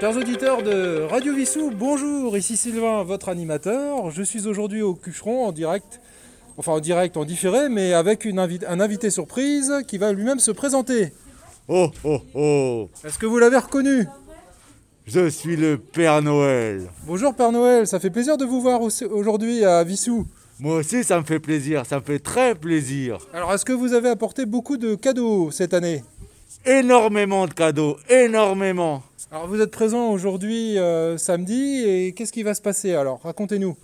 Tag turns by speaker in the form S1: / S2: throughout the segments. S1: Chers auditeurs de Radio Vissou, bonjour, ici Sylvain, votre animateur. Je suis aujourd'hui au Cucheron en direct, enfin en direct, en différé, mais avec une invi- un invité surprise qui va lui-même se présenter.
S2: Oh oh oh
S1: Est-ce que vous l'avez reconnu
S2: Je suis le Père Noël.
S1: Bonjour Père Noël, ça fait plaisir de vous voir au- aujourd'hui à Vissou.
S2: Moi aussi, ça me fait plaisir, ça me fait très plaisir.
S1: Alors est-ce que vous avez apporté beaucoup de cadeaux cette année
S2: Énormément de cadeaux, énormément.
S1: Alors vous êtes présent aujourd'hui euh, samedi et qu'est-ce qui va se passer alors Racontez-nous.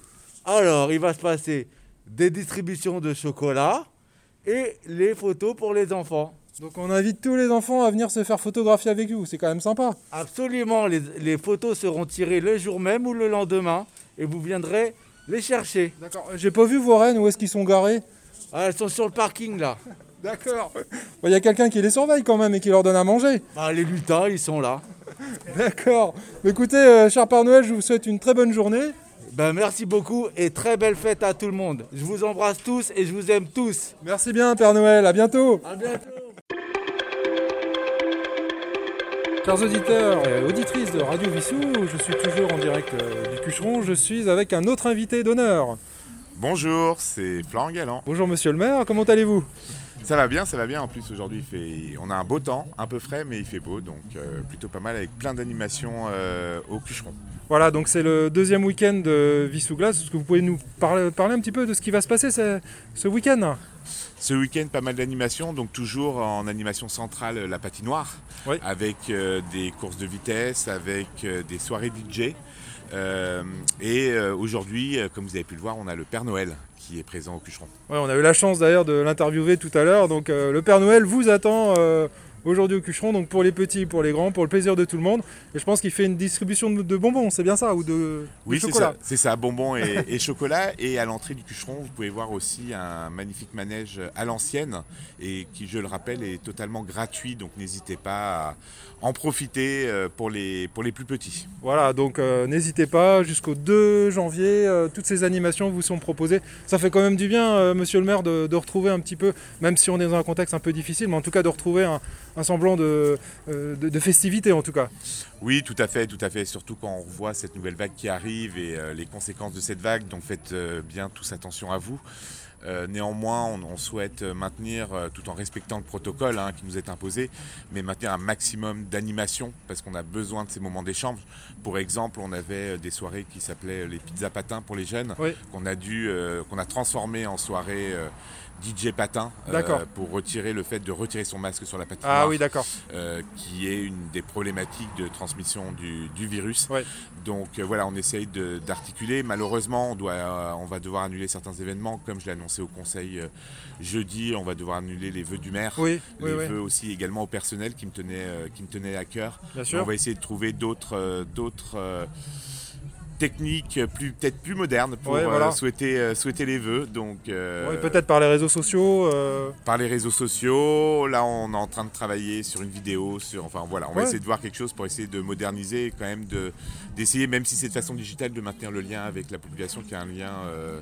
S2: Alors, il va se passer des distributions de chocolat et les photos pour les enfants.
S1: Donc on invite tous les enfants à venir se faire photographier avec vous, c'est quand même sympa.
S2: Absolument, les, les photos seront tirées le jour même ou le lendemain et vous viendrez les chercher.
S1: D'accord, j'ai pas vu vos rennes, où est-ce qu'ils sont garés
S2: Ah, elles sont sur le parking là.
S1: D'accord. Il y a quelqu'un qui les surveille quand même et qui leur donne à manger.
S2: Bah, les lutins, ils sont là.
S1: D'accord. Mais Écoutez, euh, cher Père Noël, je vous souhaite une très bonne journée.
S2: Ben, merci beaucoup et très belle fête à tout le monde. Je vous embrasse tous et je vous aime tous.
S1: Merci bien, Père Noël. À bientôt.
S2: À bientôt.
S1: Chers auditeurs et auditrices de Radio Vissou, je suis toujours en direct euh, du Cucheron. Je suis avec un autre invité d'honneur.
S3: Bonjour, c'est Florent Galland.
S1: Bonjour, monsieur le maire. Comment allez-vous
S3: Ça va bien, ça va bien. En plus, aujourd'hui, il fait... on a un beau temps, un peu frais, mais il fait beau, donc euh, plutôt pas mal avec plein d'animations euh, au Cucheron.
S1: Voilà, donc c'est le deuxième week-end de Vissou Glace. Est-ce que vous pouvez nous parler, parler un petit peu de ce qui va se passer ce, ce week-end
S3: Ce week-end, pas mal d'animations, donc toujours en animation centrale, euh, la patinoire,
S1: Oui.
S3: avec euh, des courses de vitesse, avec euh, des soirées DJ. Euh, et euh, aujourd'hui, euh, comme vous avez pu le voir, on a le Père Noël qui est présent au Cucheron.
S1: Ouais, on a eu la chance d'ailleurs de l'interviewer tout à l'heure. Donc euh, le Père Noël vous attend euh, aujourd'hui au Cucheron, donc pour les petits, pour les grands, pour le plaisir de tout le monde. Et je pense qu'il fait une distribution de, de bonbons, c'est bien ça, ou de,
S3: Oui,
S1: de
S3: c'est
S1: chocolat.
S3: ça, c'est ça, bonbons et, et chocolat. Et à l'entrée du Cucheron, vous pouvez voir aussi un magnifique manège à l'ancienne et qui, je le rappelle, est totalement gratuit. Donc n'hésitez pas à en profiter euh, pour les, pour les plus petits.
S1: Voilà, donc euh, n'hésitez pas, jusqu'au 2 janvier, euh, toutes ces animations vous sont proposées. Ça fait quand même du bien, euh, monsieur le maire, de, de retrouver un petit peu, même si on est dans un contexte un peu difficile, mais en tout cas de retrouver un, un semblant de, euh, de, de festivité en tout cas.
S3: Oui, tout à fait, tout à fait. Surtout quand on revoit cette nouvelle vague qui arrive et euh, les conséquences de cette vague. Donc faites euh, bien tous attention à vous. Euh, néanmoins, on, on souhaite maintenir, euh, tout en respectant le protocole hein, qui nous est imposé, mais maintenir un maximum d'animation parce qu'on a besoin de ces moments d'échange. Pour exemple, on avait euh, des soirées qui s'appelaient euh, les pizzas patins pour les jeunes,
S1: Oui.
S3: qu'on a dû, euh, qu'on a transformé en soirée euh, DJ patin euh,
S1: D'accord.
S3: pour retirer le fait de retirer son masque sur la patinoire
S1: Ah oui, d'accord.
S3: euh, qui est une des problématiques de transmission du, du virus.
S1: Ouais.
S3: Donc euh, voilà, on essaye de- d'articuler. Malheureusement, on, doit, euh, on va devoir annuler certains événements. Comme je l'ai annoncé au conseil euh, jeudi, on va devoir annuler les vœux du maire.
S1: Oui, oui,
S3: les
S1: oui,
S3: vœux aussi également au personnel qui me tenait, euh, qui me tenait à cœur.
S1: bien
S3: On
S1: sûr.
S3: va essayer de trouver d'autres euh, d'autres euh, techniques euh, plus peut-être plus modernes pour
S1: Ouais,
S3: euh,
S1: voilà.
S3: souhaiter, euh, souhaiter les vœux. Donc euh,
S1: Oui, peut-être par les réseaux sociaux. euh,
S3: par les réseaux sociaux. Là, on est en train de travailler sur une vidéo. Sur, enfin, voilà, on va
S1: Ouais.
S3: essayer de voir quelque chose pour essayer de moderniser et quand même de, d'essayer, même si c'est de façon digitale, de maintenir le lien avec la population qui est un lien euh,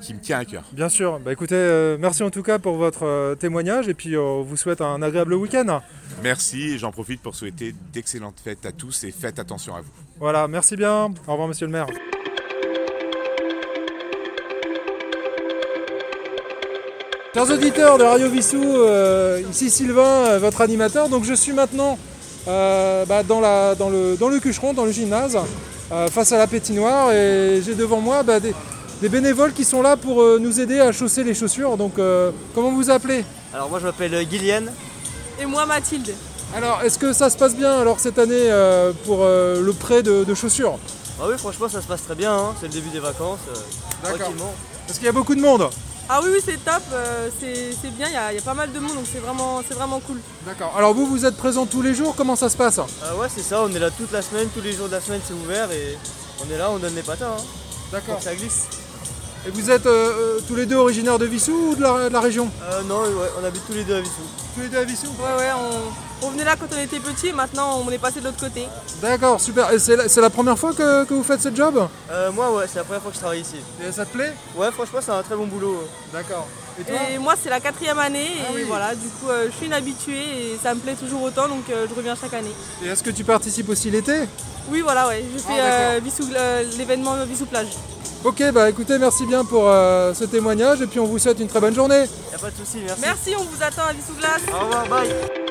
S3: qui me tient à cœur.
S1: Bien sûr. Bah écoutez, euh, merci en tout cas pour votre euh, témoignage et puis euh, on vous souhaite un agréable week-end.
S3: Merci et j'en profite pour souhaiter d'excellentes fêtes à tous et faites attention à vous.
S1: Voilà, merci bien. Au revoir, monsieur le maire. Chers auditeurs de Radio Vissou, euh, ici Sylvain, euh, votre animateur. Donc je suis maintenant euh, bah, dans, la- dans le, dans le Cucheron, dans le gymnase, euh, face à la pétinoire. Et j'ai devant moi bah, des, des bénévoles qui sont là pour euh, nous aider à chausser les chaussures. Donc euh, comment vous appelez
S4: Alors moi je m'appelle euh, Guylienne.
S5: Et moi Mathilde.
S1: Alors est-ce que ça se passe bien alors cette année euh, pour euh, le prêt de, de chaussures
S4: Ah oui franchement ça se passe très bien, hein. c'est le début des vacances, euh,
S1: D'accord.
S4: tranquillement.
S1: Parce qu'il y a beaucoup de monde.
S5: Ah oui, oui c'est top, euh, c'est c'est bien, il y, a- il y a pas mal de monde, donc c'est vraiment, c'est vraiment cool.
S1: D'accord. Alors vous, vous êtes présent tous les jours, comment ça se passe
S4: Ah ouais c'est ça, on est là toute la semaine, tous les jours de la semaine c'est ouvert et on est là, on donne les patins, hein, pour que ça glisse.
S1: Et vous êtes euh, euh, tous les deux originaires de Vissou ou de la, de la région
S4: Euh, non ouais, on habite tous les deux à Vissou.
S1: Tous les deux à Vissou.
S5: Ouais, ouais, on, on venait là quand on était petit et maintenant on est passé de l'autre côté.
S1: D'accord, super. Et c'est la, c'est la première fois que, que vous faites ce job
S4: Euh, moi ouais c'est la première fois que je travaille ici.
S1: Et ça te plaît
S4: Ouais franchement c'est un très bon boulot. hein.
S1: D'accord. Et toi
S5: Et moi, c'est la quatrième année.
S1: Ah
S5: et
S1: oui.
S5: voilà, du coup, euh, je suis une habituée et ça me plaît toujours autant, donc euh, je reviens chaque année.
S1: Et est-ce que tu participes aussi l'été
S5: Oui, voilà, ouais. Je fais
S1: Ah, d'accord.
S5: euh, Bissou- euh, l'événement Bissou Plage.
S1: Ok, bah écoutez, merci bien pour euh, ce témoignage et puis on vous souhaite une très bonne journée.
S4: Y a pas de souci, merci.
S5: Merci, on vous attend à Bissou Glace.
S4: Au revoir, bye.